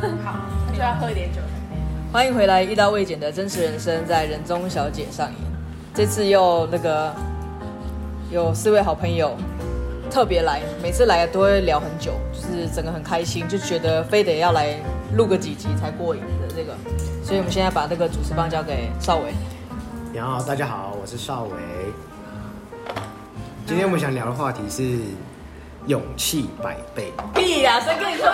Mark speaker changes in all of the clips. Speaker 1: 很好，那就要喝一点酒。
Speaker 2: 欢迎回来，一刀未剪的真实人生在人中小姐上演。这次又那个有四位好朋友特别来，每次来都会聊很久，就是整个很开心，就觉得非得要来录个几集才过瘾的这个。所以我们现在把这个主持棒交给邵伟。
Speaker 3: 你好，大家好，我是邵维。今天我们想聊的话题是勇气百倍
Speaker 2: 屁呀、谁跟你说的？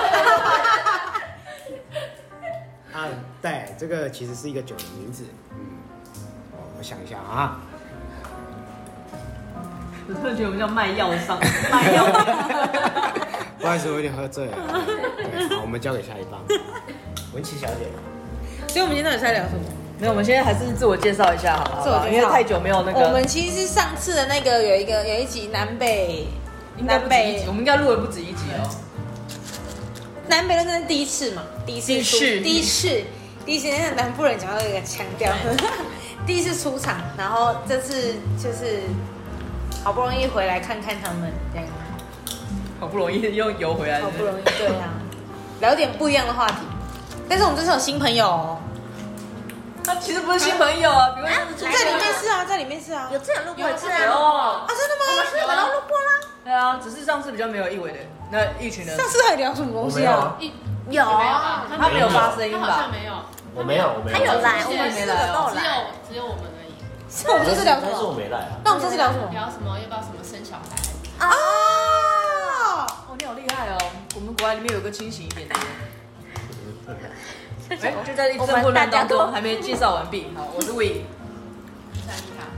Speaker 3: 啊，对，这个其实是一个酒的名字。嗯，哦我想一下啊，
Speaker 2: 我突然觉得我们叫卖药 商，卖药。
Speaker 3: 不好意思，我有点喝醉 了。对，好，我们交给下一棒，文琪小姐。
Speaker 1: 所以我们今天到底是在聊什么？
Speaker 2: 没有，我们现在还是自我介绍一下好了，好
Speaker 1: 自
Speaker 2: 不
Speaker 1: 我
Speaker 2: 好
Speaker 1: 介
Speaker 2: 因
Speaker 1: 绍
Speaker 2: 为太久没有那个。
Speaker 1: 我们其实是上次的那个有一个有一集南北
Speaker 2: 应该不止一集，我们应该录了不止一集哦。
Speaker 1: 南北论真的第一次嘛，第一次
Speaker 2: 第一
Speaker 1: 出
Speaker 2: 次嗯
Speaker 1: 第一次，第一次那个南部人讲到这个腔调， 第一次出场，然后这次就是好不容易回来看看他们，这样
Speaker 2: 好不容易又游回来
Speaker 1: 好不容易对啊，聊点不一样的话题。但是我们这次有新朋友、哦，
Speaker 2: 他其实不是新朋友啊，比如说
Speaker 1: 在
Speaker 2: 是
Speaker 1: 里面是啊，在里面是啊，
Speaker 4: 有之前录过一次
Speaker 2: 有
Speaker 4: 啊，
Speaker 2: 哦
Speaker 1: 啊，，真的吗？
Speaker 4: 我们是本来录过啦，
Speaker 2: 对啊，只是上次比较没有一尾的那一群人，
Speaker 1: 上次还聊什么东西啊？
Speaker 5: 一
Speaker 4: 有，
Speaker 5: 没有吧？
Speaker 2: 他没有发声音
Speaker 5: 他好
Speaker 2: 吧
Speaker 5: 像？没有，
Speaker 6: 我没有，我没
Speaker 4: 他
Speaker 6: 有。
Speaker 4: 有来，我
Speaker 5: 我
Speaker 4: 们
Speaker 5: 们
Speaker 4: 四
Speaker 5: 四
Speaker 4: 个
Speaker 5: 个
Speaker 4: 都
Speaker 5: 只
Speaker 4: 来，
Speaker 5: 有只有我们而已。
Speaker 1: 是我们这次聊什
Speaker 6: 但是我
Speaker 1: 么？
Speaker 6: 没来啊。
Speaker 1: 那我们这次聊什么？
Speaker 5: 聊什么？要不要什么生小孩？
Speaker 1: 啊！
Speaker 2: 哦，你好厉害哦！我们国外里面有个清醒一点的人。 哎，就在一阵混乱当中，还没介绍完毕。好，我是 We，
Speaker 5: 三一卡。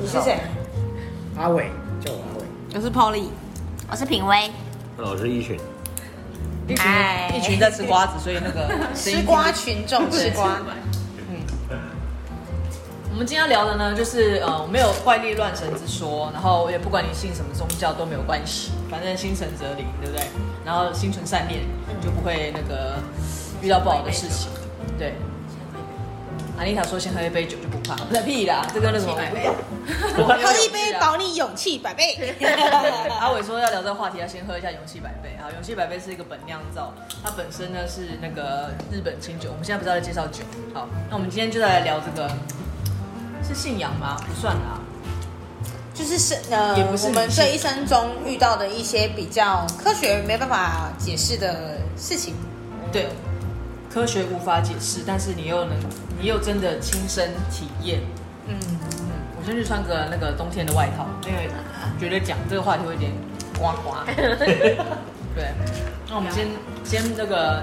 Speaker 3: 你
Speaker 1: 是谁？？
Speaker 3: 阿伟，叫我阿伟。
Speaker 1: 我是 Polly。
Speaker 4: 我是品薇，
Speaker 6: 我是一群。
Speaker 2: 一群
Speaker 4: 哎
Speaker 2: 一群在吃瓜子，所以那 个声音
Speaker 1: 吃瓜群众，吃瓜。
Speaker 2: 我们今天要聊的呢，就是呃，我没有怪力乱神之说，然后也不管你信什么宗教都没有关系，反正心诚则灵，对不对？然后心存善念，就不会那个遇到不好的事情。对，安妮塔说先喝一杯酒就不怕，不是屁啦，这跟那什么 我很有
Speaker 1: 喝
Speaker 2: 勇气
Speaker 1: 一
Speaker 2: 啊
Speaker 1: 杯保你勇气百倍。
Speaker 2: 阿伟说要聊这个话题，要先喝一下勇气百倍啊！勇气百倍是一个本酿造，它本身呢是那个日本清酒。我们现在不是要在介绍酒，好，那我们今天就来聊这个，是信仰吗？不算啦，
Speaker 1: 就是是呃
Speaker 2: 也不，是
Speaker 1: 我们这一生中遇到的一些比较科学没办法解释的事情。
Speaker 2: 对，科学无法解释，但是你又能，你又真的亲身体验。
Speaker 1: 嗯，
Speaker 2: 嗯，我先去穿个那个冬天的外套，因为觉得讲这个话题会有点呱呱。对，那我们先先那个，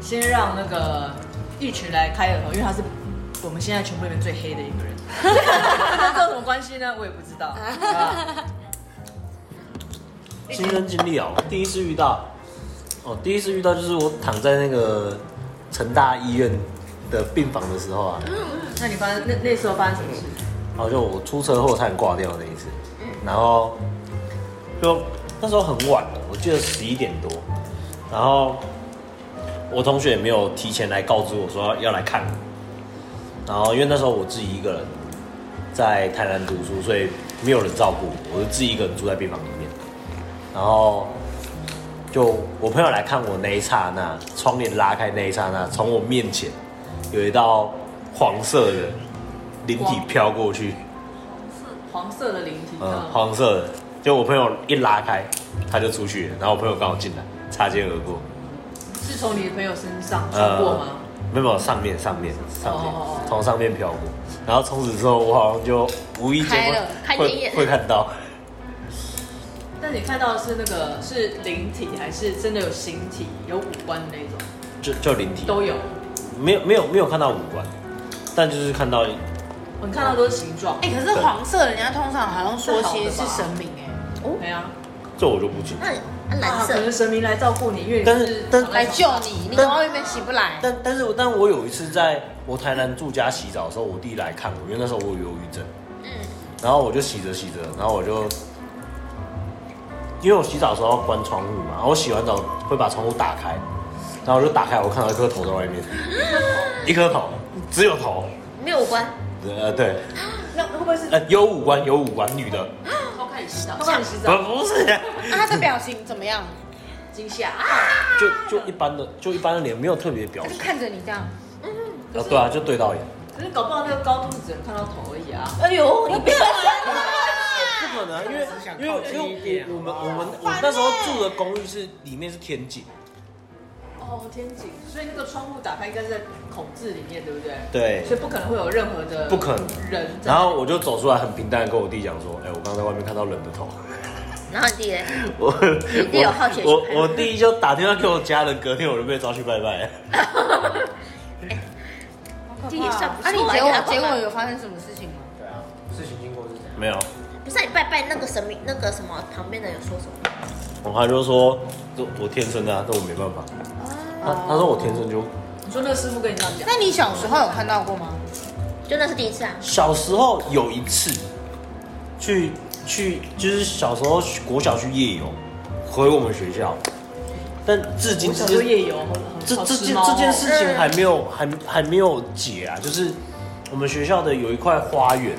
Speaker 2: 先让那个一群来开个头，因为他是我们现在全部里面最黑的一个人。那这有什么关系呢？我也不知道。啊
Speaker 6: 亲身经历哦，第一次遇到，哦，第一次遇到就是我躺在那个成大医院的病房的时候啊，
Speaker 2: 那你发生那那时候发生什么事？
Speaker 6: 然后就我出车祸差点挂掉那一次，然后就那时候很晚了，我记得十一点多，然后我同学也没有提前来告知我说要来看我，然后因为那时候我自己一个人在台南读书，所以没有人照顾我，我就自己一个人住在病房里面，然后。就我朋友来看我那一刹那，窗帘拉开那一刹那，从我面前有一道黄色的灵体飘过去，
Speaker 2: 黄色的灵体。
Speaker 6: 嗯，黄色的。就我朋友一拉开，他就出去了，然后我朋友刚好进来，擦肩而过。呃
Speaker 2: 是从你的朋友身上穿过吗？
Speaker 6: 没有没有，上面上面上面
Speaker 2: 哦哦哦，
Speaker 6: 从上面飘过。然后从此之后，我好像就无意间
Speaker 1: 开了
Speaker 6: 会
Speaker 4: 看一
Speaker 6: 会
Speaker 4: 眼
Speaker 6: 会看到，
Speaker 2: 但你看到的是那个是灵体，还是真的有形体、有五官的那种？
Speaker 6: 就就灵体，
Speaker 2: 都有。
Speaker 6: 没有没有没有看到五官，但就是看到
Speaker 2: 我看到都是形状。
Speaker 1: 哎、可是黄色人家通常好像说其实是神明哎、
Speaker 2: 对啊，
Speaker 6: 这我就不清楚。
Speaker 4: 那那蓝
Speaker 2: 啊可
Speaker 4: 色
Speaker 2: 能神明来照顾你，因为你
Speaker 6: 但是但是
Speaker 1: 来
Speaker 2: 来
Speaker 1: 救你，你从外面起不来。
Speaker 6: 但但是我但我有一次在我台南住家洗澡的时候，我弟来看我，因为那时候我有忧郁症，然后我就洗着洗着，然后我就，因为我洗澡的时候要关窗户嘛，然后我洗完澡会把窗户打开，然后我就打开，我看到一颗头在外面，一颗头，只有头，
Speaker 4: 没有关，
Speaker 6: 呃对，
Speaker 2: 那会不会是
Speaker 6: 呃有五官有五官，女的，
Speaker 5: 偷看你洗澡
Speaker 2: 他，帮你洗
Speaker 6: 不
Speaker 2: 澡？
Speaker 6: 不是，
Speaker 1: 那、他的表情怎么样？
Speaker 5: 惊吓啊！
Speaker 6: 就就一般的，就一般的脸，没有特别表
Speaker 1: 他就
Speaker 6: 情。
Speaker 1: 看着你这样，
Speaker 6: 啊，对啊，就对到眼。
Speaker 2: 可是搞不好那个高度只能看到头而已啊。
Speaker 1: 嗯
Speaker 4: 哎呦，你不要
Speaker 6: 不可能啊，因为
Speaker 3: 只想
Speaker 6: 因为
Speaker 3: 靠近一
Speaker 6: 因为
Speaker 3: 点
Speaker 6: 我我们
Speaker 3: 好
Speaker 6: 我
Speaker 3: 不好
Speaker 6: 们我那时候住的公寓是里面是天井，
Speaker 2: 哦，天井，所以那个窗户打开应该是在孔字里面，对不对？
Speaker 6: 对
Speaker 2: 所以不可能会有任何的
Speaker 6: 不可能
Speaker 2: 人在。
Speaker 6: 然后我就走出来，很平淡的跟我弟讲说：“哎、我刚刚在外面看到人的头。
Speaker 4: 然后你弟嘞，
Speaker 6: 我”
Speaker 4: 你弟有好奇
Speaker 6: 我
Speaker 4: 心
Speaker 6: 我我弟就打电话给我家人，隔天我就被抓去拜拜。
Speaker 4: 弟也算不
Speaker 1: 啊，你
Speaker 4: 错
Speaker 1: 结
Speaker 4: 啊
Speaker 1: 果。结果有发生什么事情吗？
Speaker 3: 对啊，事情经过是这样。
Speaker 6: 没有，
Speaker 4: 不是啊你拜拜那个神明那个什么旁边的有说什么？
Speaker 6: 我妈就说：“我我天生的、啊，但我没办法。
Speaker 4: 哦
Speaker 6: 他”他说我天生就
Speaker 2: 你说那个师傅跟你这样讲，
Speaker 1: 那你小时候有看到过吗？
Speaker 4: 就那是第一次啊。
Speaker 6: 小时候有一次去去，就是小时候去国小去夜游，回我们学校，但至今
Speaker 2: 我小
Speaker 6: 这
Speaker 2: 时候
Speaker 6: 件
Speaker 2: 夜游，好
Speaker 6: 这
Speaker 2: 好
Speaker 6: 这
Speaker 2: 时
Speaker 6: 件
Speaker 2: 髦哦
Speaker 6: 这件事情还没有还还没有解啊，就是我们学校的有一块花园，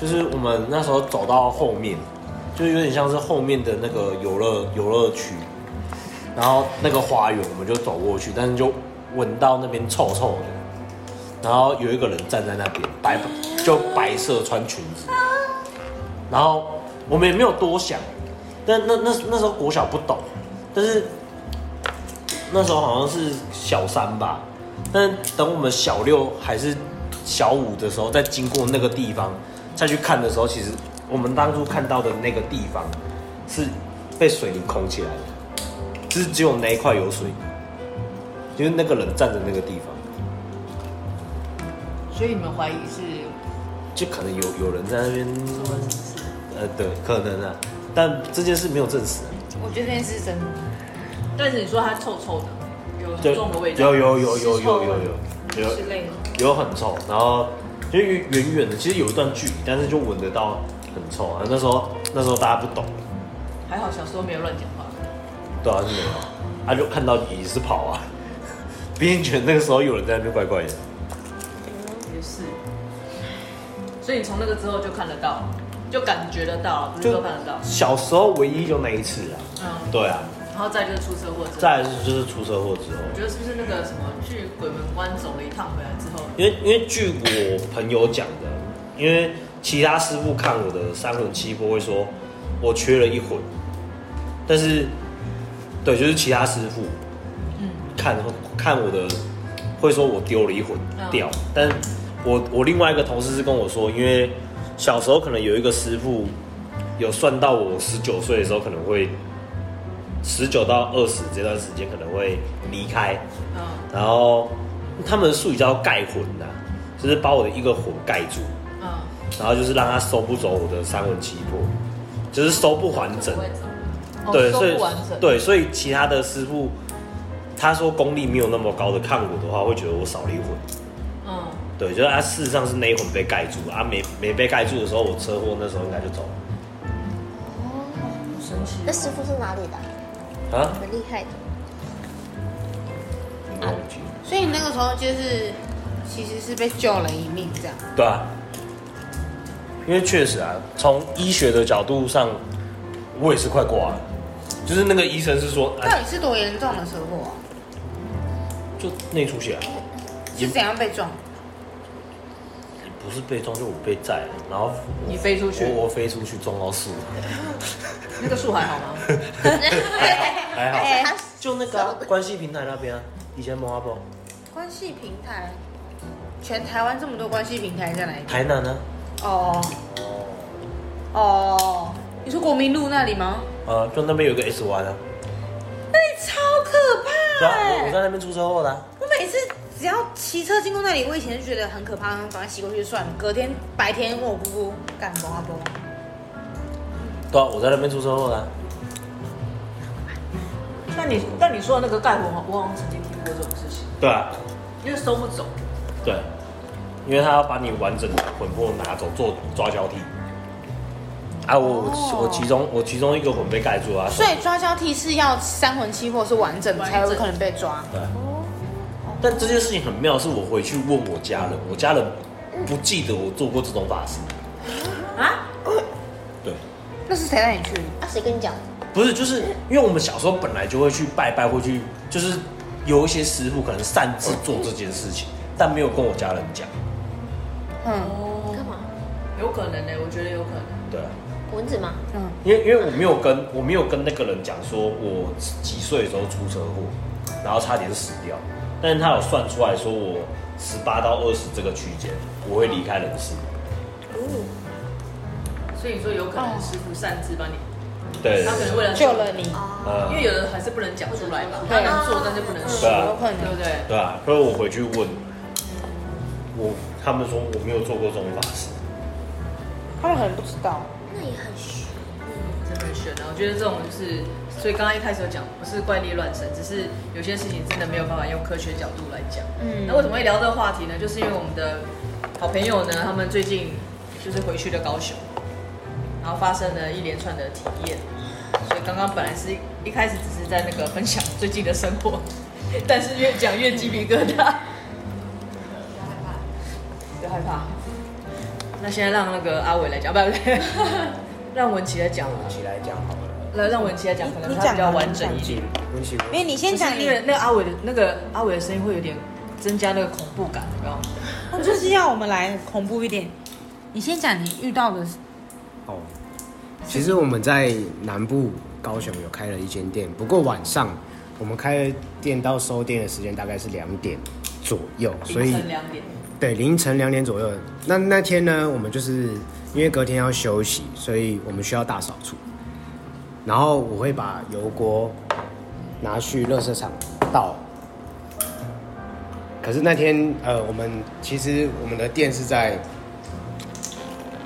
Speaker 6: 就是我们那时候走到后面，就是有点像是后面的那个游乐游乐区，然后那个花园我们就走过去，但是就闻到那边臭臭的，然后有一个人站在那边，白就白色穿裙子，然后我们也没有多想，但那那那时候国小不懂，但是那时候好像是小三吧，但等我们小六还是小五的时候，再经过那个地方再去看的时候，其实我们当初看到的那个地方是被水泥空起来的，就是只有那一块有水泥，就是那个人站的那个地方，
Speaker 2: 所以你们怀疑是
Speaker 6: 就可能有有人在那边，
Speaker 2: 做了什么事？
Speaker 6: 呃，对，可能啊，但这件事没有证实、啊，
Speaker 1: 我觉得这件事是真的。
Speaker 2: 但是你说它臭臭的，有
Speaker 6: 就
Speaker 2: 很重的味道。
Speaker 6: 有有有有有有有
Speaker 2: 嗯
Speaker 6: 有有
Speaker 1: 之类的。
Speaker 6: 有很臭，然后就远远远的，其实有一段距离，但是就闻得到很臭啊。那时候那时候大家不懂，
Speaker 2: 还好小时候没有乱讲话。
Speaker 6: 对啊，是没有啊，啊就看到也是跑啊。 边觉得那个时候有人在那边怪怪的，
Speaker 2: 也是。所以你从那个之后就看得到，就感觉得到，不是说看得到。
Speaker 6: 小时候唯一就那一次啊。
Speaker 2: 嗯，
Speaker 6: 对啊，
Speaker 2: 然后再就是出车祸之后，
Speaker 6: 再来是就是出车祸之后
Speaker 2: 我，觉得是不是那个什么去鬼门关走了一趟回来之后，
Speaker 6: 因为因为据我朋友讲的，因为其他师傅看我的三魂七魄会说，我缺了一魂，但是对，就是其他师傅
Speaker 2: 嗯，
Speaker 6: 看看我的，会说我丢了一魂
Speaker 2: 嗯
Speaker 6: 掉，但我我另外一个同事是跟我说，因为小时候可能有一个师傅有算到我十九岁的时候可能会十九到二十这段时间可能会离开，
Speaker 2: 嗯
Speaker 6: 然后他们的术语叫盖魂呐、就是把我的一个魂盖住，
Speaker 2: 嗯，
Speaker 6: 然后就是让他收不走我的三魂七魄，就是收不完整。
Speaker 2: 哦
Speaker 6: 对，
Speaker 2: 收
Speaker 6: 所以
Speaker 2: 不完整，
Speaker 6: 对，所以其他的师傅，他说功力没有那么高的看我的话，会觉得我少了一魂。
Speaker 2: 嗯，
Speaker 6: 对，就是他事实上是那一魂被盖住，啊没没被盖住的时候，我车祸那时候应该就走了
Speaker 2: 好神
Speaker 5: 嗯
Speaker 2: 奇哦。
Speaker 4: 那师傅是哪里的啊？
Speaker 6: 啊，
Speaker 4: 很厉害的。
Speaker 6: 我忘记了
Speaker 1: 所以你那个时候就是其实是被救了一命这样。
Speaker 6: 对啊，因为确实啊，从医学的角度上，我也是快挂了，就是那个医生是说，
Speaker 1: 到
Speaker 6: 啊，
Speaker 1: 底是多严重的车祸啊？
Speaker 6: 就内出血啊，
Speaker 1: 是怎样被撞？
Speaker 6: 不是被撞，就我被载了，然后
Speaker 2: 你飞出去，
Speaker 6: 我我飞出去撞到树，
Speaker 2: 那个树还好吗？
Speaker 6: 还好，
Speaker 1: 哎
Speaker 6: 就那个啊、关系平台那边啊，以前蒙阿波。
Speaker 1: 关系平台，全台湾这么多关系平台在哪里？
Speaker 6: 台南啊呢、
Speaker 1: 哦哦，你说国民路那里吗？
Speaker 6: 呃，就那边有一个 S 弯啊，
Speaker 1: 那里超可怕
Speaker 6: 对啊，我
Speaker 1: 哎、
Speaker 6: 我在那边出车祸的啊、
Speaker 1: 我每次只要骑车经过那里，我以前就觉得很可怕，赶快骑过去就算了。隔天白天问我姑姑干什么不？
Speaker 6: 对啊，我在那边出车祸的啊、
Speaker 2: 那你但你说的那个盖火，我好像曾经听过这种事情，
Speaker 6: 对啊，
Speaker 2: 因为收不走。
Speaker 6: 对，因为他要把你完整的魂魄拿走做抓交替。啊，我我我其中我其中一个魂被盖住啊，
Speaker 1: 所以抓交替是要三魂七魄是完整的
Speaker 2: 完
Speaker 1: 才
Speaker 2: 整
Speaker 1: 有可能被抓。
Speaker 6: 对。但这件事情很妙，是我回去问我家人，我家人不记得我做过这种法事。
Speaker 2: 啊？
Speaker 6: 对，
Speaker 1: 那是谁带你去？
Speaker 4: 啊，谁跟你讲？
Speaker 6: 不是，就是因为我们小时候本来就会去拜拜，会去，就是有一些师傅可能擅自做这件事情，但没有跟我家人讲。
Speaker 1: 嗯
Speaker 4: 干嘛？
Speaker 2: 哦有可能呢、我觉得有可能。
Speaker 6: 对啊，
Speaker 4: 蚊子吗？
Speaker 1: 嗯，
Speaker 6: 因为因为我没有跟我没有跟那个人讲说我几岁的时候出车祸，然后差点死掉，但是他有算出来说我十八到二十这个区间我会离开人世。
Speaker 2: 所以你说有可能师傅擅自帮你，
Speaker 6: 对，
Speaker 2: 他可能为
Speaker 1: 哦
Speaker 2: 了
Speaker 1: 救了，你，啊
Speaker 4: 哦，
Speaker 6: 呃
Speaker 2: 因为有人还是不能讲出来嘛，
Speaker 5: 不
Speaker 2: 他
Speaker 1: 能说
Speaker 2: 能做但是不能
Speaker 6: 对
Speaker 2: 说，
Speaker 6: 啊
Speaker 1: 有可
Speaker 2: 对
Speaker 1: 能
Speaker 2: 不。对？
Speaker 6: 对啊，所以我回去问，我他们说我没有做过这种法事，
Speaker 1: 他们可能不知道，
Speaker 4: 那也很虚。
Speaker 2: 真的很悬啊！我觉得这种就是，所以刚刚一开始有讲，不是怪力乱神，只是有些事情真的没有办法用科学角度来讲。嗯，那为什么会聊这个话题呢？就是因为我们的好朋友呢，他们最近就是回去了高雄，然后发生了一连串的体验。所以刚刚本来是一开始只是在那个分享最近的生活， 但是越讲越鸡皮疙瘩，不要害怕。那现在让那个阿伟来讲，不不对，让文琪来讲了
Speaker 3: 一。起来讲好
Speaker 1: 啊
Speaker 3: 了。
Speaker 2: 来让文琪来讲，啊可能
Speaker 1: 你
Speaker 2: 他比较
Speaker 1: 讲啊
Speaker 2: 完整一点。
Speaker 3: 温习
Speaker 1: 因为你先讲
Speaker 2: 不是
Speaker 1: 你
Speaker 2: 因，为那个阿伟的那个阿伟的声音会有点增加那个恐怖感，有没有？
Speaker 1: 就是要我们来恐怖一点。你先讲你遇到的，
Speaker 3: 哦，其实我们在南部高雄有开了一间店，不过晚上我们开的店到收店的时间大概是两点左右，所
Speaker 2: 凌
Speaker 3: 以
Speaker 2: 晨两点，
Speaker 3: 对凌晨两点左右。那那天呢，我们就是因为隔天要休息，所以我们需要大扫除。然后我会把油锅拿去垃圾场倒。可是那天，呃，我们其实我们的店是在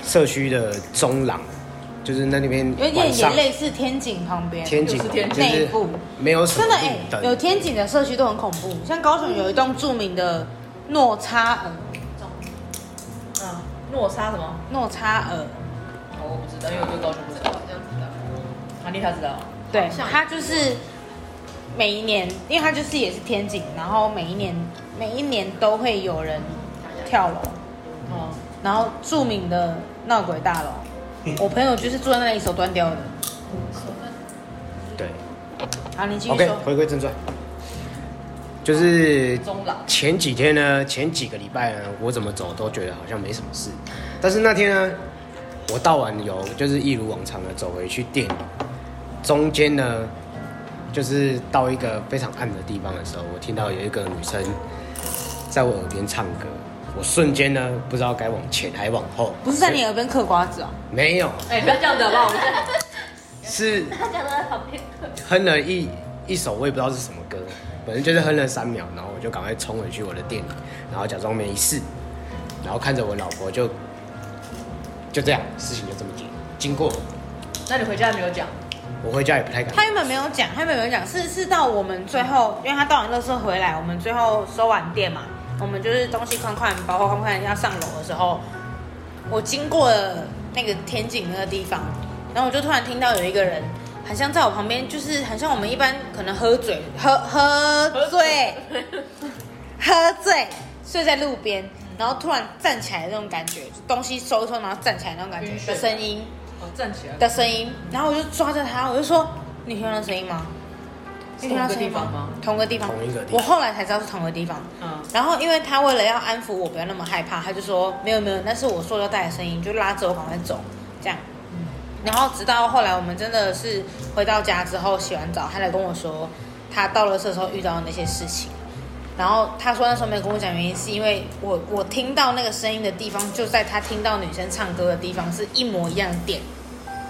Speaker 3: 社区的中廊，就是那那边
Speaker 1: 有
Speaker 3: 晚
Speaker 1: 点也
Speaker 3: 上
Speaker 1: 类似天井旁边，
Speaker 3: 天井
Speaker 2: 就是天
Speaker 3: 就
Speaker 1: 内
Speaker 3: 是
Speaker 1: 部
Speaker 3: 没有什么
Speaker 1: 真的
Speaker 3: 路
Speaker 1: 哎、
Speaker 3: 灯
Speaker 1: 有天井的社区都很恐怖。像高雄有一栋著名的诺差尔，
Speaker 2: 嗯，诺莎什么？
Speaker 1: 诺差尔，
Speaker 2: 哦，我不知道，因为我对高雄不知道。
Speaker 5: 好像知道。
Speaker 2: 阿丽塔知道，
Speaker 1: 对
Speaker 5: 像，
Speaker 1: 它就是每一年，因为它就是也是天井，然后每一年每一年都会有人跳楼，
Speaker 2: 哦，
Speaker 1: 然后著名的闹鬼大楼，我朋友就是住在那里手断掉的。
Speaker 3: 对。
Speaker 1: 好，你继续
Speaker 3: OK，
Speaker 1: 说。
Speaker 3: 回归正传，就是
Speaker 2: 中朗
Speaker 3: 前几天呢，前几个礼拜呢，我怎么走都觉得好像没什么事，但是那天呢，我倒完油，就是一如往常的走回去店里，中间呢，就是到一个非常暗的地方的时候，我听到有一个女生在我耳边唱歌，我瞬间呢不知道该往前还往后，
Speaker 1: 不是在你
Speaker 3: 所以
Speaker 1: 耳边嗑瓜子哦，
Speaker 3: 没有，
Speaker 2: 哎，不要这样子好不好？我们 现在
Speaker 3: 是
Speaker 4: 他讲到旁边客
Speaker 3: 哼了一一首我也不知道是什么歌，反正就是哼了三秒，然后我就赶快冲回去我的店里，然后假装没事，然后看着我老婆就就这样，事情就这么经经过。
Speaker 2: 那你回家没有讲？
Speaker 3: 我回家也不太敢
Speaker 1: 他，原本没有讲，他原本没有讲，是是到我们最后，因为他倒完垃圾回来，我们最后收完店嘛，我们就是东西款款，包括款款要上楼的时候，我经过了那个天井那个地方，然后我就突然听到有一个人，很像在我旁边，就是很像我们一般可能喝醉，喝喝醉，喝醉睡在路边，然后突然站起来的那种感觉，就东西收一收，然后站起来那种感觉
Speaker 2: 晕眩
Speaker 1: 的声音。
Speaker 2: 哦，站起来。
Speaker 1: 的声音，然后我就抓着他，我就说：“你听到声音吗？你听到声音
Speaker 2: 同一个地方吗
Speaker 1: 同个地方，
Speaker 3: 同一个地方
Speaker 1: 我后来才知道是同个地方。
Speaker 2: 嗯，
Speaker 1: 然后因为他为了要安抚我不要那么害怕，他就说：“没有没有，那是我塑料袋的声音。”就拉着我赶快走，这样。
Speaker 2: 嗯
Speaker 1: 然后直到后来我们真的是回到家之后洗完澡，他来跟我说他到了时候遇到的那些事情。然后他说那时候没有跟我讲原因，是因为我我听到那个声音的地方就在他听到女生唱歌的地方是一模一样的点。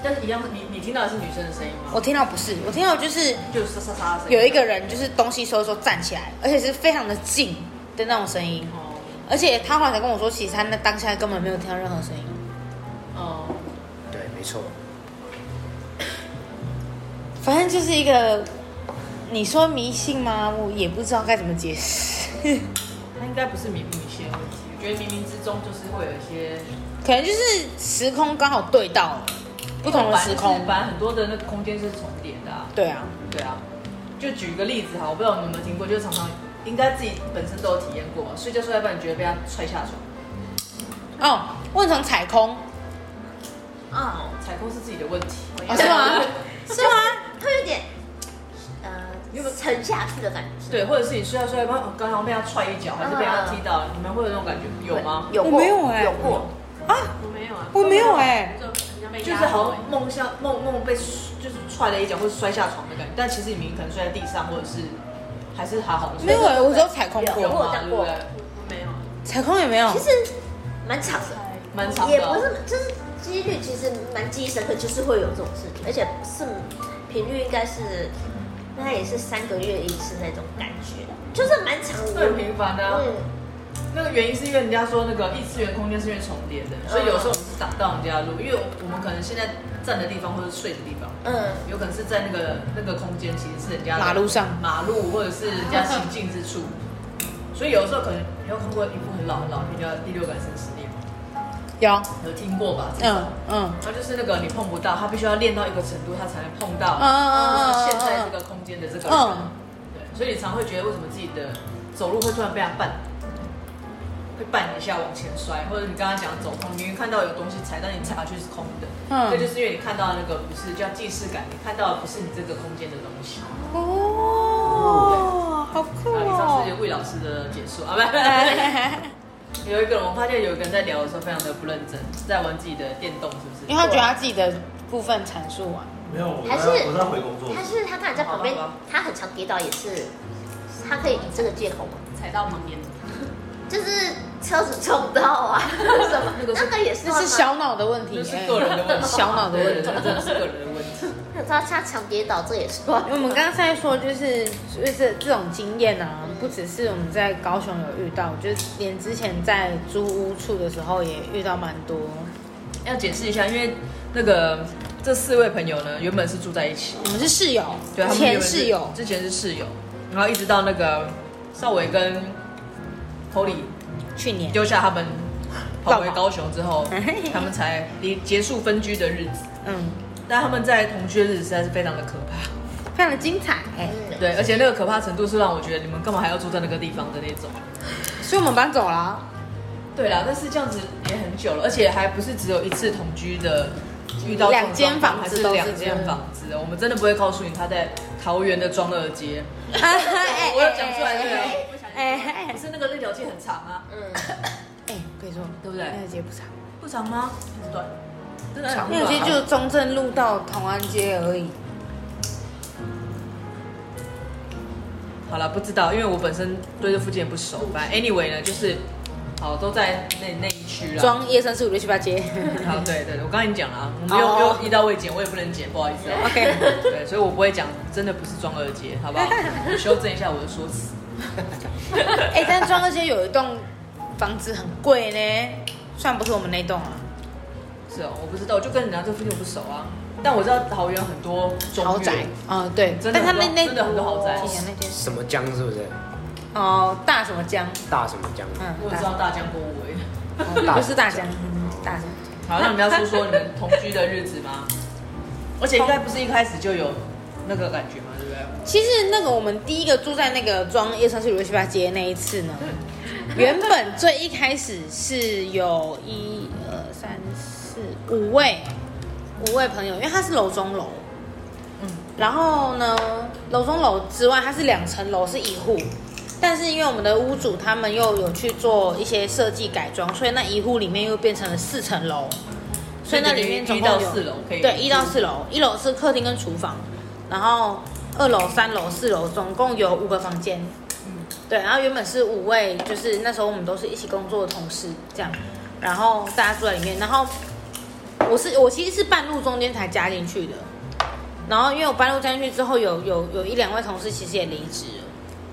Speaker 2: 但是一样，你你听到的是女生的声音吗？
Speaker 1: 我听到不是，我听到就是
Speaker 2: 就是沙沙沙的声音。
Speaker 1: 有一个人就是东西收一收站起来，而且是非常的近的那种声音。
Speaker 2: 哦
Speaker 1: 而且他后来才跟我说，其实他那当下根本没有听到任何声音。
Speaker 2: 哦，
Speaker 3: 对，没错，
Speaker 1: 反正就是一个，你说迷信吗？我也不知道该怎么解释，
Speaker 2: 那应该不是明不明显的问题，我觉得冥冥之中就是会有一些
Speaker 1: 可能就是时空刚好对到了，不同的时空
Speaker 2: 反。正很多的那个空间是重叠的啊。
Speaker 1: 对啊，
Speaker 2: 对啊，就举一个例子哈，我不知道你们有没有听过，就是常常应该自己本身都有体验过嘛，睡觉睡到一半，你觉得被他踹下床，
Speaker 1: 哦，问成踩空，
Speaker 4: 嗯，
Speaker 2: 采购是自己的问题。 啊
Speaker 1: 哦是吗？
Speaker 4: 是吗？它有点呃沉下去的感觉，
Speaker 2: 对，或者是你睡到睡到一半，哦刚刚被他踹一脚，还是被他踢到，你们会有那种感觉有吗？
Speaker 4: 有
Speaker 1: 我
Speaker 4: 过，
Speaker 1: 没有欸
Speaker 4: 有过，
Speaker 5: 我没有啊，
Speaker 1: 我没有哎
Speaker 5: 就很像被
Speaker 2: 就是好像梦像梦梦被就是踹了一脚，或是摔下床的感觉，但其实你明明可能摔在地上，或者是还是还好的。
Speaker 1: 没有哎，我只有踩空
Speaker 4: 有
Speaker 1: 过，
Speaker 4: 啊我有
Speaker 2: 嘛，
Speaker 4: 当
Speaker 2: 对
Speaker 4: 过
Speaker 2: 不对？
Speaker 5: 没有啊，
Speaker 1: 踩空也没有
Speaker 4: 其。实蛮长的，
Speaker 2: 蛮长
Speaker 4: 也
Speaker 2: 的
Speaker 4: 不
Speaker 2: 哦。
Speaker 4: 是，就是几率其实蛮记忆深刻，就是会有这种事情，而且是频率应该是，那也是三个月一次那种感觉，就是蛮长
Speaker 2: 会很
Speaker 4: 的。
Speaker 2: 频繁的啊、
Speaker 4: 嗯，
Speaker 2: 那个原因是因为人家说那个异次元空间是因为重叠的，
Speaker 1: 嗯
Speaker 2: 所以有时候我们是挡到人家的路，因为我们可能现在站的地方或者睡的地方，
Speaker 4: 嗯，
Speaker 2: 有可能是在那个那个空间，其实是人家的
Speaker 1: 马路上
Speaker 2: 马路或者是人家行进之 处，所以有的时候可能你有看过一部很老的老片叫《第六感生死恋》吗，
Speaker 1: 有，
Speaker 2: 有听过吧？
Speaker 1: 嗯嗯
Speaker 2: 然后就是那个你碰不到，他必须要练到一个程度，他才能碰到
Speaker 1: 嗯嗯嗯
Speaker 2: 现在这个空间的这个人。
Speaker 1: 嗯，
Speaker 2: 对，所以你常会觉得为什么自己的走路会突然被他绊，会绊一下往前摔，或者你刚刚讲的走空，你明明看到有东西踩，但你踩下去是空的，
Speaker 1: 嗯
Speaker 2: 这就是因为你看到的那个不是叫既视感，你看到的不是你这个空间的东西。
Speaker 1: 哦，好酷
Speaker 2: 啊，以上是
Speaker 1: 哦。
Speaker 2: 魏老师的解说啊，不 不不，有一个人我发现有一个人在聊的时候非常的不认真，在玩自己的电动，是不
Speaker 1: 因为
Speaker 2: 是？
Speaker 1: 他觉得他自己的部分阐述完，
Speaker 6: 没有，我
Speaker 4: 还是
Speaker 6: 我在回工作
Speaker 4: 他是他刚才在旁边
Speaker 2: 好吧好吧，
Speaker 4: 他很常跌倒也是，他可以以这个借口吗？
Speaker 5: 踩到盲眼，
Speaker 4: 就是车子撞到啊，什么
Speaker 2: 那个是
Speaker 4: 那个也是
Speaker 1: 那是
Speaker 4: 小，
Speaker 1: 小脑的问题，
Speaker 2: 那是个人的问 题，
Speaker 1: 小脑的问
Speaker 2: 对
Speaker 1: 题
Speaker 2: 对。对真的是个人的问题。
Speaker 4: 你知道他常跌倒这也算
Speaker 1: 因为我们刚才说，就是就是这种经验啊，不只是我们在高雄有遇到，就是连之前在租屋处的时候也遇到蛮多。
Speaker 2: 要解释一下，因为那个这四位朋友呢，原本是住在一起，
Speaker 1: 我们是室友，
Speaker 2: 对，他们原
Speaker 1: 前
Speaker 2: 本是
Speaker 1: 室友，
Speaker 2: 之前是室友，然后一直到那个邵伟跟 Polly
Speaker 1: 去年
Speaker 2: 丢下他们跑回
Speaker 1: 干嘛
Speaker 2: 高雄之后，
Speaker 1: 哎
Speaker 2: 他们才离结束分居的日子。
Speaker 1: 嗯，
Speaker 2: 但他们在同居的日子实在是非常的可怕，
Speaker 1: 非常的精彩、哎
Speaker 4: 嗯
Speaker 2: 对，而且那个可怕程度是让我觉得你们干嘛还要住在那个地方的那种。
Speaker 1: 所以我们搬走了啊。
Speaker 2: 对啦，但是这样子也很久了，而且还不是只有一次同居的遇到
Speaker 1: 两间
Speaker 2: 状况
Speaker 1: 房
Speaker 2: 还
Speaker 1: 子
Speaker 2: 是
Speaker 1: 都是
Speaker 2: 两间房子，我们真的不会告诉你他在桃园的庄二街。
Speaker 1: 哎
Speaker 2: 我有讲出来对不
Speaker 1: 哎
Speaker 2: 对？
Speaker 5: 不小心
Speaker 1: 哎哎
Speaker 2: 可是那个那条街很长啊，
Speaker 4: 嗯，
Speaker 1: 哎，我跟你说，
Speaker 2: 对不对
Speaker 1: 那条街不长，
Speaker 2: 不长吗？很短，真的很
Speaker 1: 那条街
Speaker 2: 短
Speaker 1: 就是中正路到同安街而已。
Speaker 2: 好了，不知道，因为我本身对这附近也不熟。反正 anyway 呢，就是好都在那那一区啦。
Speaker 1: 装夜三四五六七八街。
Speaker 2: 好，对对，对我刚才已经讲了啊，我们又
Speaker 1: 哦
Speaker 2: 又一刀未剪，我也不能剪，不好意思啊。
Speaker 1: OK，
Speaker 2: 对，所以我不会讲，真的不是庄二街，好 不好？我修正一下我的说辞。
Speaker 1: 哎，但装二街有一栋房子很贵呢，虽然不是我们那栋啊。
Speaker 2: 是哦，我不知道，我就跟人家这附近不熟啊。但我知道桃园很多中
Speaker 1: 豪宅
Speaker 2: 越，
Speaker 1: 啊，对，
Speaker 2: 真的
Speaker 1: 但他
Speaker 2: 很多
Speaker 1: 那那
Speaker 2: 真的很多豪宅
Speaker 1: 几年那间
Speaker 3: 什么江是不是？
Speaker 1: 哦，大什么江，
Speaker 3: 大什么江？
Speaker 1: 嗯，
Speaker 2: 我只
Speaker 1: 大
Speaker 2: 知道大江波舞而已。
Speaker 1: 哦不是大江，嗯大江，
Speaker 2: 好，那你们要说说你 们同居的日子吗？而且应该不是一开始就有那个感觉嘛，对不对？
Speaker 1: 其实那个我们第一个住在那个庄夜三四五六七八街那一次呢，原本最一开始是有一二三四五位五位朋友，因为它是楼中楼，嗯，然后呢，楼中楼之外，它是两层楼是一户，但是因为我们的屋主他们又有去做一些设计改装，所以那一户里面又变成了四层楼，所以那里面
Speaker 2: 所
Speaker 1: 总
Speaker 2: 以一
Speaker 1: 共
Speaker 2: 到
Speaker 1: 有
Speaker 2: 四楼可以嗯
Speaker 1: 对，一到四楼，一楼是客厅跟厨房，然后二楼、三楼、四楼总共有五个房间。
Speaker 2: 嗯
Speaker 1: 对，然后原本是五位，就是那时候我们都是一起工作的同事这样，然后大家住在里面，然后我是我其实是半路中间才加进去的，然后因为我半路加进去之后，有有有一两位同事其实也离职了，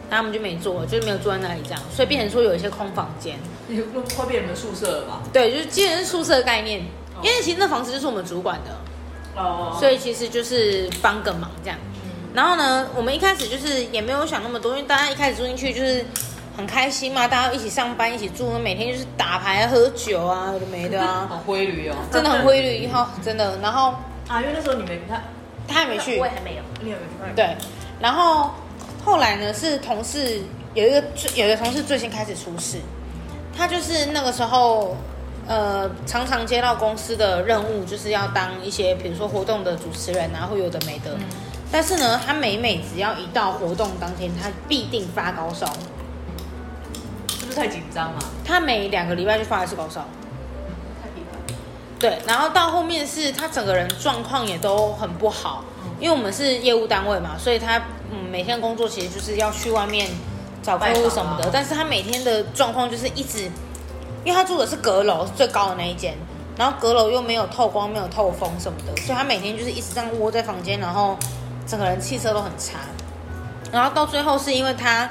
Speaker 1: 然后他们就没做，就是没有住在那里这样，所以变成说有一些空房间，
Speaker 2: 你会会变你们宿舍了吧？
Speaker 1: 对，就是基本是宿舍的概念，
Speaker 4: 哦
Speaker 1: 因为其实那房子就是我们主管的，
Speaker 2: 哦
Speaker 1: 所以其实就是帮个忙这样。
Speaker 4: 嗯
Speaker 1: 然后呢，我们一开始就是也没有想那么多，因为大家一开始住进去就是很开心嘛，大家一起上班，一起住，每天就是打牌、喝酒啊，有的没的啊，
Speaker 2: 好规律哦，
Speaker 1: 真的很规律哈、真的。然后
Speaker 2: 啊，因为那时候你没他，
Speaker 1: 他还没去
Speaker 4: 我，也还没有，
Speaker 2: 你也没去看，
Speaker 1: 对。然后后来呢，是同事有一个最有一个同事最先开始出事，他就是那个时候，呃，常常接到公司的任务，就是要当一些比如说活动的主持人啊，会有的没的。但是呢，他每每只要一到活动当天，他必定发高烧，
Speaker 2: 是不是太紧张啊？
Speaker 1: 他每两个礼拜就发一次高烧。
Speaker 5: 太疲乏了。
Speaker 1: 对，然后到后面是他整个人状况也都很不好，
Speaker 2: 嗯
Speaker 1: 因为我们是业务单位嘛，所以他嗯每天工作其实就是要去外面找客户什么
Speaker 2: 拜访
Speaker 1: 的
Speaker 2: 啊，
Speaker 1: 但是他每天的状况就是一直，因为他住的是阁楼最高的那一间，然后阁楼又没有透光、没有透风什么的，所以他每天就是一直这样窝在房间，然后整个人气色都很差，然后到最后是因为他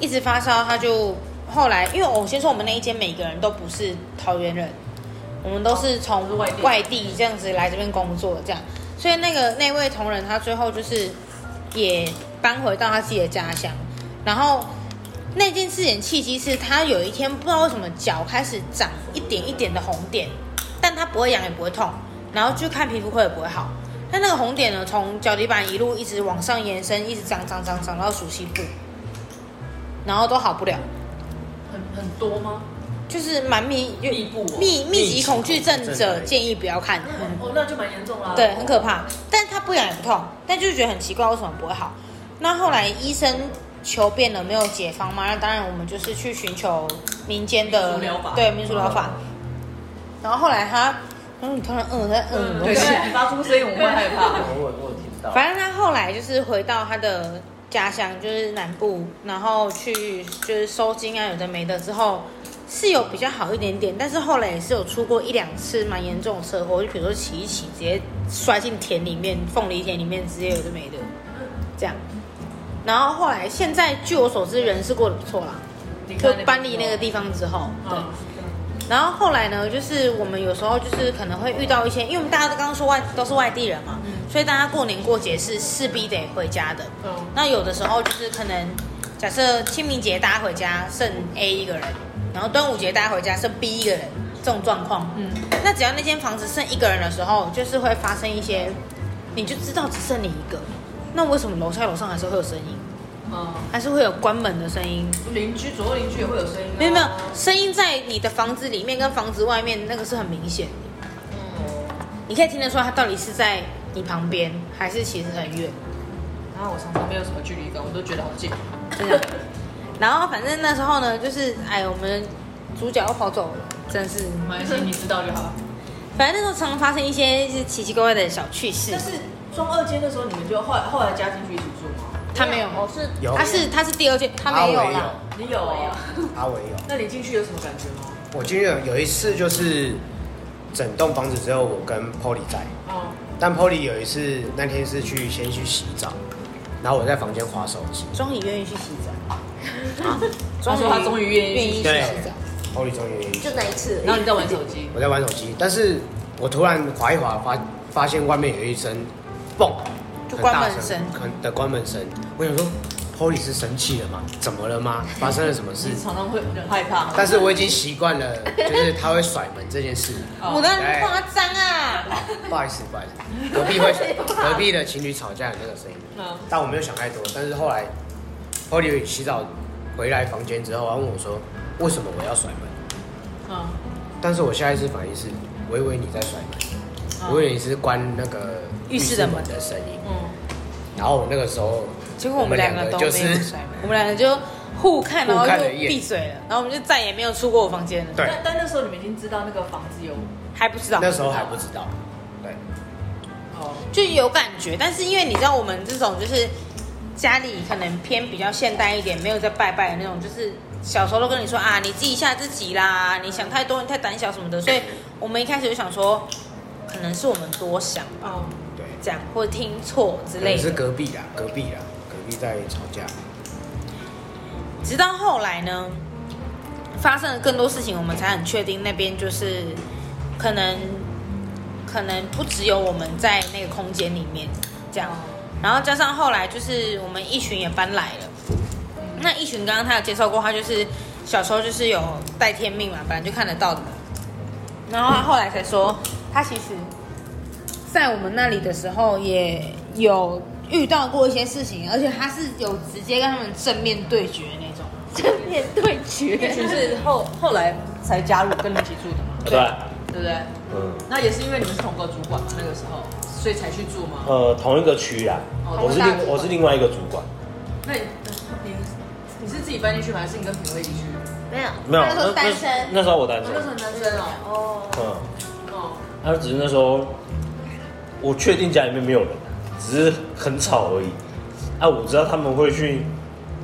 Speaker 1: 一直发烧，他就后来因为我先说我们那一间每个人都不是桃园人。我们都是从
Speaker 2: 外地
Speaker 1: 外地这样子来这边工作，这样，所以那个那位同仁他最后就是也搬回到他自己的家乡，然后那件事情契机是他有一天不知道为什么脚开始长一点一点的红点，但他不会痒也不会痛，然后去看皮肤科也不会好，但那个红点呢从脚底板一路一直往上延伸，一直长长长长到熟悉部，然后都好不了。
Speaker 2: 很很多吗？
Speaker 1: 就是蛮密
Speaker 2: 密布哦
Speaker 1: 密密集
Speaker 3: 密集
Speaker 1: 恐惧症
Speaker 3: 恐惧症
Speaker 1: 者
Speaker 3: 对
Speaker 1: 建议不要看，
Speaker 2: 哦，那就蛮严重啦。
Speaker 1: 对，很可怕。但是他不痒也不痛，但就是觉得很奇怪，为什么不会好？那后来医生求变了，没有解方嘛？那当然，我们就是去寻求民间的
Speaker 2: 民俗疗法嗯
Speaker 1: 对民俗疗法。然后后来他，嗯，突然嗯在嗯什么
Speaker 2: 对，
Speaker 1: 东西？
Speaker 2: 你发出声音我们会害怕。
Speaker 6: 我我有听到
Speaker 1: 反正他后来就是回到他的家乡，就是南部，然后去就是收金啊，有的没的之后是有比较好一点点，但是后来也是有出过一两次蛮严重的车祸，就比如说骑一骑直接摔进田里面、凤梨田里面之类有的没的，这样。然后后来现在据我所知，人是过得不错啦，
Speaker 2: 你
Speaker 1: 就
Speaker 2: 看
Speaker 1: 搬离那个地方之后，对。
Speaker 2: 嗯
Speaker 1: 然后后来呢，就是我们有时候就是可能会遇到一些，因为我们大家都刚刚说外都是外地人嘛，所以大家过年过节是势必得回家的。
Speaker 2: 嗯
Speaker 1: 那有的时候就是可能假设清明节大家回家剩 A 一个人，然后端午节大家回家剩 B 一个人，这种状况，
Speaker 2: 嗯，
Speaker 1: 那只要那间房子剩一个人的时候，就是会发生一些，你就知道只剩你一个，那为什么楼下楼上还是会有声音，
Speaker 2: 嗯，
Speaker 1: 还是会有关门的声音？
Speaker 2: 邻居左右邻居也会有声音啊。
Speaker 1: 没有没有，声音在你的房子里面跟房子外面那个是很明显的，你可以听得出来它到底是在你旁边还是其实很远，
Speaker 2: 然后我常常没有什么距离感，我都觉得好近。
Speaker 1: 真的。然后反正那时候呢，就是哎，我们主角又跑走了，真是。
Speaker 2: 没关系，你知道就好。
Speaker 1: 反正那时候常常发生一些就是奇奇怪怪的小趣事
Speaker 2: 但。是中二街的时候，你们就后来后来加进去一起住吗？
Speaker 1: 他没有，
Speaker 4: 我哦是
Speaker 3: 有
Speaker 1: 他是他是第二件，他
Speaker 3: 阿
Speaker 1: 没
Speaker 3: 伟
Speaker 1: 有
Speaker 3: 有，
Speaker 1: 啦。
Speaker 2: 你有啊？
Speaker 3: 阿伟有。
Speaker 2: 那你进去有什么感觉吗？
Speaker 3: 我今天有有一次就是整栋房子只有我跟 Polly 在，
Speaker 2: 哦，
Speaker 3: 但 Polly 有一次那天是去先去洗澡，然后我在房间划手机
Speaker 1: 终于愿意去洗澡，
Speaker 2: 他说他终于愿
Speaker 1: 愿意去洗
Speaker 2: 意
Speaker 3: 对
Speaker 1: 澡。
Speaker 3: ，Polly 终于愿意
Speaker 4: 就那一次
Speaker 2: 然，后你在玩手机，
Speaker 3: 我在玩手机，但是我突然划一划，发发现外面有一声嘣，
Speaker 1: 就
Speaker 3: 很
Speaker 1: 关门
Speaker 3: 大
Speaker 1: 声
Speaker 3: 很的关门声。我想说，Polly 是生气了吗？怎么了吗？发生了什么事
Speaker 2: 你？常常会很害怕。
Speaker 3: 但是我已经习惯了，就是他会甩门这件事。
Speaker 1: 我
Speaker 2: 哦，
Speaker 1: 的很夸张啊！
Speaker 3: 不好意思，不好意思，隔壁会隔壁的情侣吵架的那个声音，
Speaker 2: 嗯
Speaker 3: 但我没有想太多。但是后来 Polly 洗澡回来房间之后，他问我说，为什么我要甩门？
Speaker 2: 嗯，
Speaker 3: 但是我下意识反应是，我以为你在甩门，
Speaker 2: 嗯
Speaker 3: 我以为你是关那个
Speaker 1: 啊浴室的门
Speaker 3: 的声音。
Speaker 2: 嗯，
Speaker 3: 然后我那个时候，
Speaker 1: 结果我们两个都没
Speaker 3: 就
Speaker 1: 有
Speaker 3: 是
Speaker 1: 甩门，我们两个就互看，然后
Speaker 3: 互看
Speaker 1: 就
Speaker 3: 了一眼
Speaker 1: 闭嘴了，然后我们就再也没有出过我房间了，
Speaker 3: 对，
Speaker 2: 但但那时候你们已经知道那个房子有
Speaker 1: 还不知道，
Speaker 3: 那时候还不知道，对，
Speaker 2: 哦，
Speaker 1: 就有感觉，但是因为你知道我们这种就是家里可能偏比较现代一点，没有在拜拜的那种，就是小时候都跟你说啊，你自己吓自己啦，你想太多，你太胆小什么的，所以我们一开始就想说，可能是我们多想吧，
Speaker 2: 哦，
Speaker 3: 对，
Speaker 1: 这样或者听错之
Speaker 3: 可能
Speaker 1: 类
Speaker 3: 是
Speaker 1: 的。
Speaker 3: 隔壁啦，隔壁啦，隔壁在吵架，
Speaker 1: 直到后来呢，发生了更多事情，我们才很确定那边就是可能可能不只有我们在那个空间里面这样，然后加上后来就是我们一群也搬来了，那一群刚刚他有介绍过，他就是小时候就是有带天命嘛，本来就看得到的嘛，然后他后来才说他其实在我们那里的时候也有遇到过一些事情，而且他是有直接跟他们正面对决那种。
Speaker 4: 正面对决，
Speaker 2: 那群是后后来才加入跟你一起住的吗？
Speaker 6: 对，啊
Speaker 2: 对不对？
Speaker 6: 嗯，
Speaker 2: 那也是因为你们是同个主管嘛，那个时候，所以才去住吗？
Speaker 6: 呃，同一个区啦，
Speaker 2: 哦
Speaker 6: 我是
Speaker 2: 同一个大
Speaker 6: 另我是另外一个主管，
Speaker 2: 那你你你是自己搬进去吗？还是你跟评委一起去？
Speaker 4: 没有，
Speaker 6: 没有，
Speaker 1: 那时候单身
Speaker 6: 那那时候我单身
Speaker 2: 那，时候男生哦，
Speaker 4: 哦，
Speaker 6: 嗯，
Speaker 2: 哦，
Speaker 6: 他只是那时候我确定家里面没有人，只是很吵而已。啊，我知道他们会去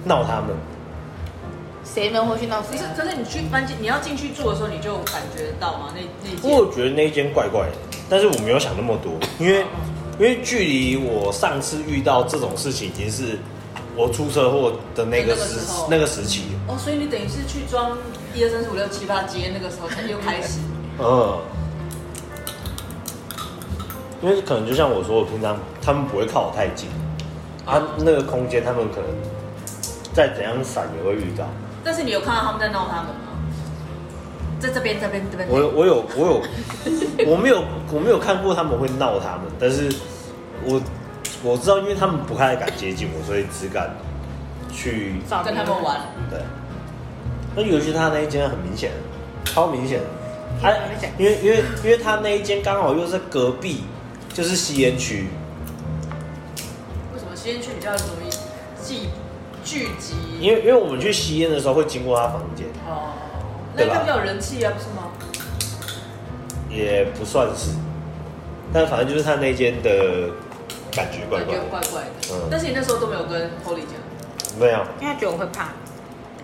Speaker 6: 闹他们，
Speaker 1: 谁能回去闹
Speaker 2: 可
Speaker 1: 谁
Speaker 2: 是
Speaker 1: 啊？
Speaker 2: 可是你去搬进你要进去住的时候，你就感觉到吗？那那
Speaker 6: 不过
Speaker 2: 间
Speaker 6: 我觉得那一间怪怪的，但是我没有想那么多，因为因为距离我上次遇到这种事情已经是我出车祸的那个
Speaker 2: 那个
Speaker 6: 时
Speaker 2: 时候
Speaker 6: 那个时期了，
Speaker 2: 哦，所以你等于是去装一二三四五六七八街那个时候才又开 始，
Speaker 6: 嗯。因为可能就像我说，我平常他们不会靠我太近，啊，那个空间他们可能再怎样闪也会遇到。
Speaker 2: 但是你有看到他们在闹他们吗？在这边这边这边，
Speaker 6: 我有我有我有，我没有我没有看过他们会闹他们，但是我我知道，因为他们不太敢接近我，所以只敢去
Speaker 1: 找别
Speaker 2: 跟
Speaker 1: 人
Speaker 2: 他们玩，
Speaker 6: 对。那尤其他那一间很明显，超明显。他
Speaker 1: 明显
Speaker 6: 因为因为因为他那一间刚好又是隔壁，就是吸烟区，
Speaker 2: 为什么吸烟区比较容易聚聚集？
Speaker 6: 因为因为我们去吸烟的时候会经过他房间，
Speaker 2: 哦，那
Speaker 6: 对吧
Speaker 2: 应该比较有人气啊，不是吗？
Speaker 6: 也不算是，但反正就是他那间的感觉怪
Speaker 2: 感
Speaker 6: 怪
Speaker 2: 觉
Speaker 6: 的，
Speaker 2: 怪怪的。
Speaker 6: 嗯
Speaker 2: 但是你那时候都没有跟 Polly 讲，
Speaker 6: 没有。
Speaker 1: 因为他觉得我会怕，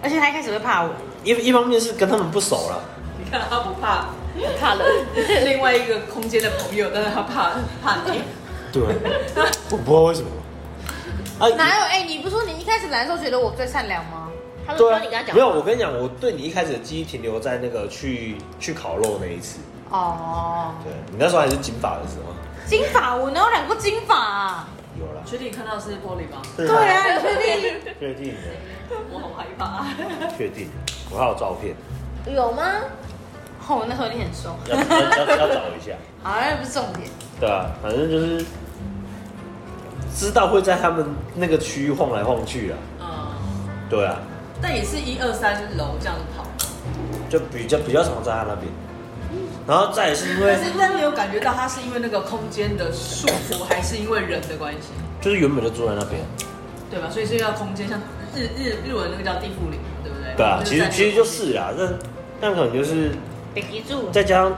Speaker 1: 而且他一开始会 怕我，
Speaker 6: 一一方面是跟他们不熟了，
Speaker 2: 你看他不怕
Speaker 5: 怕了，
Speaker 2: 另外一个空间的朋友，但是他怕怕你。
Speaker 6: 对，我不知道为什么。啊，
Speaker 1: 哪有？哎、你不是说你一开始来的时候觉得我最善良吗？
Speaker 4: 他
Speaker 6: 对
Speaker 4: 说
Speaker 6: 啊
Speaker 4: 你跟他，讲，
Speaker 6: 没有。我，跟你讲，我对你一开始的记忆停留在那个去去烤肉那一次。
Speaker 1: 哦，
Speaker 6: 对你那时候还是金发的时候，
Speaker 1: 金发我哪有染过金发 啊？
Speaker 6: 有了。
Speaker 2: 确定看到是 Polly 吗？
Speaker 6: 对
Speaker 1: 对，啊，你确定？
Speaker 6: 确定
Speaker 2: 我好害怕。
Speaker 6: 的，确定。我还有照片，
Speaker 4: 有吗？
Speaker 1: 哦，我那时候一定很 瘦，
Speaker 6: 要要要要找一下。
Speaker 1: 好，那不是重点。
Speaker 6: 对啊，反正就是知道会在他们那个区域晃来晃去啊。
Speaker 2: 嗯，
Speaker 6: 对啊，
Speaker 2: 但也是一二三楼这样跑，
Speaker 6: 就比较比较常在他那边。然后再也是因为
Speaker 2: 但是但没有感觉到他是因为那个空间的束缚，还是因为人的关系，
Speaker 6: 就是原本就住在那边。
Speaker 2: 对吧？所以是要空间，像日日日文那个叫地缚灵，对不对？
Speaker 6: 对啊，
Speaker 2: 就
Speaker 6: 其实
Speaker 2: 在
Speaker 6: 其实就是啦，但但可能就是
Speaker 1: 别急住，
Speaker 6: 再加上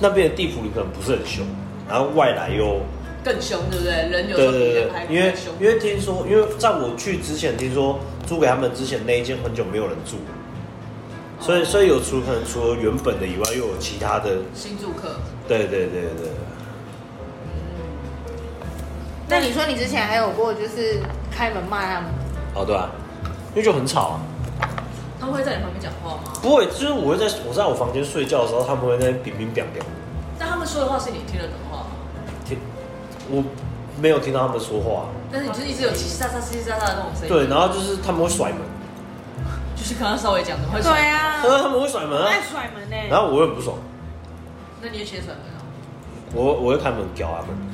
Speaker 6: 那边的地府里可能不是很凶，然后外来又
Speaker 2: 更凶，对不对？人有时
Speaker 6: 对
Speaker 2: 候比
Speaker 6: 对对
Speaker 2: 人还，
Speaker 6: 因为
Speaker 2: 更凶。
Speaker 6: 因为听说，因为在我去之前听说租给他们之前那一间很久没有人住，所以所以有除可能除了原本的以外，又有其他的，
Speaker 2: 新住客，
Speaker 6: 对对对对，
Speaker 1: 那你说你之前还有过就是开门骂他们？
Speaker 6: 哦对啊，因为就很吵啊，
Speaker 2: 他们会在你旁边讲话吗？
Speaker 6: 不会，就是我会在我在我房间睡觉的时候，他们会在那边乒乒乓乓，
Speaker 2: 但他们说的话是你听得懂的话吗？
Speaker 6: 听我没有听到他们说话，
Speaker 2: 但是你就是一直有叽叽喳喳、叽叽喳喳的那种声音。
Speaker 6: 对，，然后就是他们会甩门，
Speaker 2: 就是刚刚稍微讲的会
Speaker 1: 对
Speaker 2: 说，
Speaker 1: 啊，
Speaker 6: 他们会甩门啊
Speaker 1: 爱，甩门呢、欸
Speaker 6: 然后我很不爽，
Speaker 2: 那你也写出来了。
Speaker 6: 我我会开门屌他们。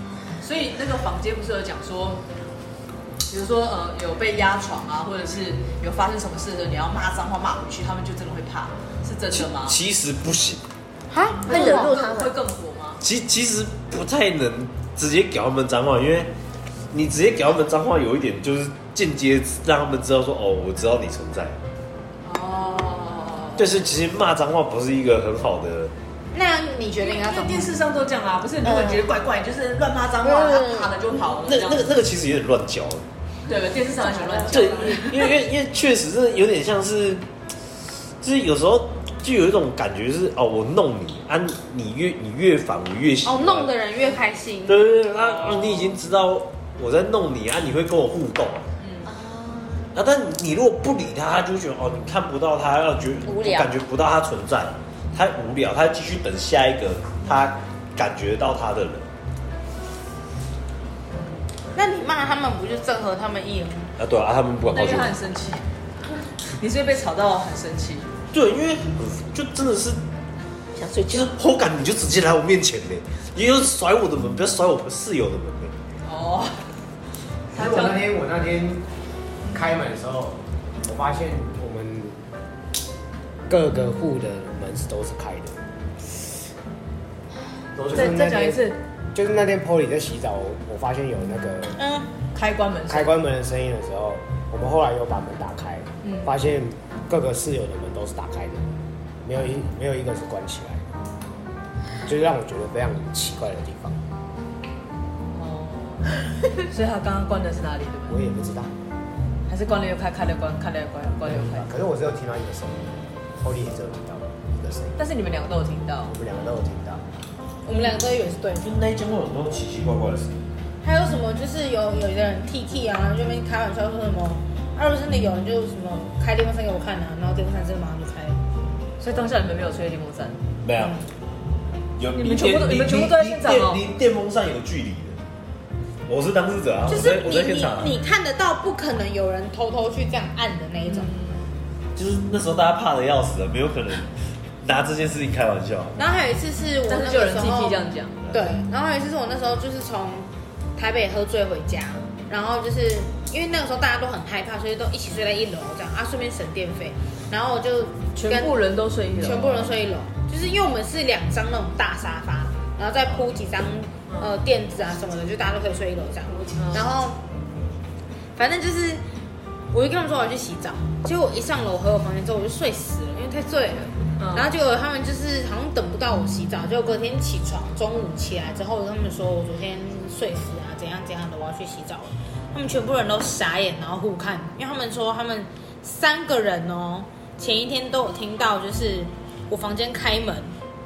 Speaker 2: 所以那个房间不是有讲说，比如说呃有被压床啊，或者是有发生什么事的时候，你要骂脏话骂回去，他们就真的会怕，是真的吗？
Speaker 6: 其实不行，
Speaker 1: 哈，
Speaker 4: 会惹怒他
Speaker 2: 会
Speaker 4: 们，
Speaker 2: 更火吗？
Speaker 6: 其其实不太能直接给他们脏话，因为你直接给他们脏话，有一点就是间接让他们知道说，哦，我知道你存在。
Speaker 2: 哦，
Speaker 6: 但是其实骂脏话不是一个很好的，
Speaker 1: 那你决定
Speaker 2: 因
Speaker 1: 要怎
Speaker 2: 为
Speaker 1: 么
Speaker 2: 电？视上都这样啊，不是？如果你觉得怪怪，你就是乱骂脏话，他怕了就跑了。
Speaker 6: 那
Speaker 2: 这样
Speaker 6: 嗯那个那个其实有点乱教。
Speaker 2: 对，电视上很喜欢乱讲啊
Speaker 6: 对。，因为因为因为确实是有点像是，就是有时候就有一种感觉是，哦，我弄你啊，你越你越烦，我越喜欢。
Speaker 1: 哦，弄的人越开心。哦
Speaker 6: 对对对，那、啊、你已经知道我在弄你啊，你会跟我互动啊。
Speaker 1: 嗯
Speaker 6: 啊，但你如果不理他，他就觉得哦，你看不到他，要觉
Speaker 4: 无聊
Speaker 6: 感觉不到他存在，他无聊，他继续等下一个他感觉到他的人。
Speaker 1: 那你骂他们不就正合他们意了吗？
Speaker 6: 啊，对啊，他们不管
Speaker 2: 但
Speaker 6: 高
Speaker 2: 因为
Speaker 6: 兴
Speaker 2: 他。很生气，你是不是被吵到很生气。
Speaker 6: 对，因为就真的是
Speaker 4: 想睡
Speaker 6: 就
Speaker 4: 觉
Speaker 6: 是。后感，你就直接来我面前嘞，你就甩我的门，不要甩我室友的门嘞。
Speaker 2: 哦，他
Speaker 3: 因为我那天我那天开门的时候，我发现我们各个户的门是都是开的，
Speaker 6: 多久？
Speaker 3: 对
Speaker 2: 再再讲一次，
Speaker 3: 就是那天 Polly 在洗澡，我我发现有那个
Speaker 1: 嗯，
Speaker 2: 开关门
Speaker 3: 开
Speaker 2: 声，
Speaker 3: 关门的声音的时候，我们后来有把门打开，
Speaker 2: 嗯
Speaker 3: 发现各个室友的门都是打开的，没有一没有一个是关起来的，就是让我觉得非常奇怪的地方，
Speaker 2: 哦， 所以他刚刚关的是哪里，对不
Speaker 3: 我
Speaker 2: 对？
Speaker 3: 也不知道。
Speaker 2: 还是关了又开，开了又关，开了又关，关了又开。
Speaker 3: 可是我只有听到一个声音，Polly 也只有听到一个声音，
Speaker 2: 但是你们两个都有听到
Speaker 3: 我，们两个都有听到。
Speaker 1: 我们两个都以为是对的。
Speaker 6: 就那一间会有很多奇奇怪怪的事。
Speaker 1: 还有什么就是有有的人 T T 啊，然后就在那边开玩笑说什么，二不真的有人就什么开电风扇给我看啊，然后电风扇真的马上就开了。
Speaker 2: 所以当下你们没有吹电风扇。
Speaker 6: 没有，有
Speaker 2: 嗯你们全部都你们全部都在现场哦
Speaker 6: 离电风扇有距离的。我是当事者啊，
Speaker 1: 就是
Speaker 6: 我在我
Speaker 1: 你
Speaker 6: 在现场啊。
Speaker 1: 你你看得到，不可能有人偷偷去这样按的那一种。
Speaker 6: 嗯就是那时候大家怕的要死了，没有可能拿这件事情开玩 笑。
Speaker 1: 然后还有一次是我
Speaker 2: 但
Speaker 1: 那
Speaker 2: 是就有
Speaker 1: 个
Speaker 2: 人
Speaker 1: 时
Speaker 2: T T
Speaker 1: 候
Speaker 2: 这样讲，
Speaker 1: 对，然后还有一次是我那时候就是从台北喝醉回家，然后就是因为那个时候大家都很害怕，所以都一起睡在一楼这样啊，顺便省电费。然后我就
Speaker 2: 全
Speaker 1: 跟
Speaker 2: 部人都睡一楼，
Speaker 1: 全部人睡一楼，就是因为我们是两张那种大沙发，然后再铺几张呃垫子啊什么的，就大家都可以睡一楼这样。然后反正就是，我就跟他们说我要去洗澡，结果我一上楼回我房间之后我就睡死了，因为太醉了。
Speaker 2: 嗯
Speaker 1: 然后结果他们就是好像等不到我洗澡，结果隔天起床，中午起来之后，他们说我昨天睡死啊，怎样怎样的，我要去洗澡了。他们全部人都傻眼，然后互看，因为他们说他们三个人哦，前一天都有听到，就是我房间开门，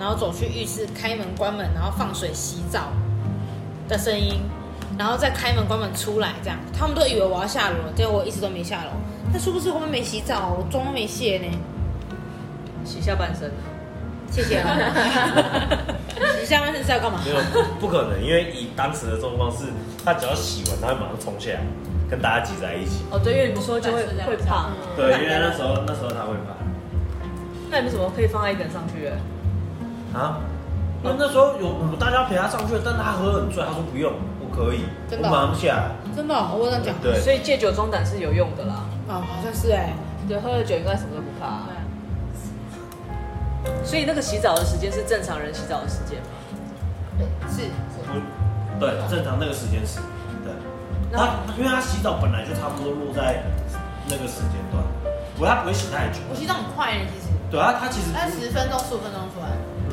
Speaker 1: 然后走去浴室开门关门，然后放水洗澡的声音，然后再开门关门出来这样，他们都以为我要下楼了，结果我一直都没下楼。但殊不知我们没洗澡哦，我妆都没卸呢。
Speaker 2: 洗下半身。
Speaker 1: 谢谢啊。你下半身是要干嘛？
Speaker 6: 没有，不可能，因为以当时的状况是，他只要洗完，他会马上冲下来，跟大家挤在一起。
Speaker 2: 哦，对，因为你们说就会会怕，
Speaker 6: 对，因为那时候那时候他会怕
Speaker 2: 那你们怎么可以放他一个人上去欸？
Speaker 1: 嗯
Speaker 6: 啊。因为那时候有我们大家陪他上去，但他喝很醉，他说不用，我可以，
Speaker 1: 真
Speaker 6: 我
Speaker 1: 的哦
Speaker 6: 马上下来。
Speaker 1: 真的哦、我有这样讲。
Speaker 6: 对，
Speaker 2: 所以戒酒装胆是有用的啦。
Speaker 1: 哦，好像是哎、
Speaker 2: 对，喝了酒应该什么都不怕、所以那个洗澡的时间是正常人洗澡的时间吗？
Speaker 1: 是
Speaker 6: 我对正常那个时间是，对。
Speaker 2: 那
Speaker 6: 他因为他洗澡本来就差不多落在那个时间段，不过他不会洗太久。
Speaker 1: 我洗澡很快呢，其实，
Speaker 6: 对啊，他其实
Speaker 1: 但十分钟、十五分钟出来。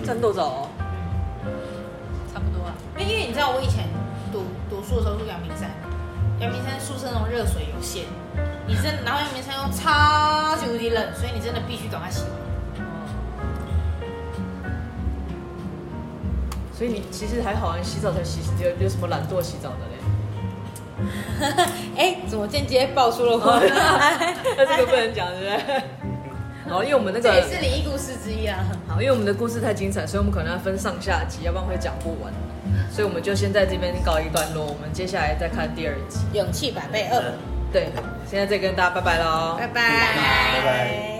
Speaker 2: 战斗澡哦，
Speaker 5: 差不多啊。
Speaker 1: 因为你知道我以前读读书的时候住阳明山，阳明山宿舍那种热水有限，你真然后阳明山又超级无敌冷，所以你真的必须赶快洗完。
Speaker 2: 所以你其实还好啊，你洗澡才洗，有有什么懒惰洗澡的嘞？
Speaker 1: 哎、怎么间接爆出了
Speaker 2: 哦
Speaker 1: 我？
Speaker 2: 那这个不能讲，对不对？ 好，因为我们那
Speaker 1: 这
Speaker 2: 个
Speaker 1: 也是灵异故事之一啊。
Speaker 2: 好，因为我们的故事太精彩，所以我们可能要分上下集，要不然会讲不完。所以我们就先在这边告一段落，我们接下来再看第二集。嗯
Speaker 1: 勇气百倍二，
Speaker 2: 对，现在再跟大家拜拜喽。
Speaker 1: 拜拜。拜拜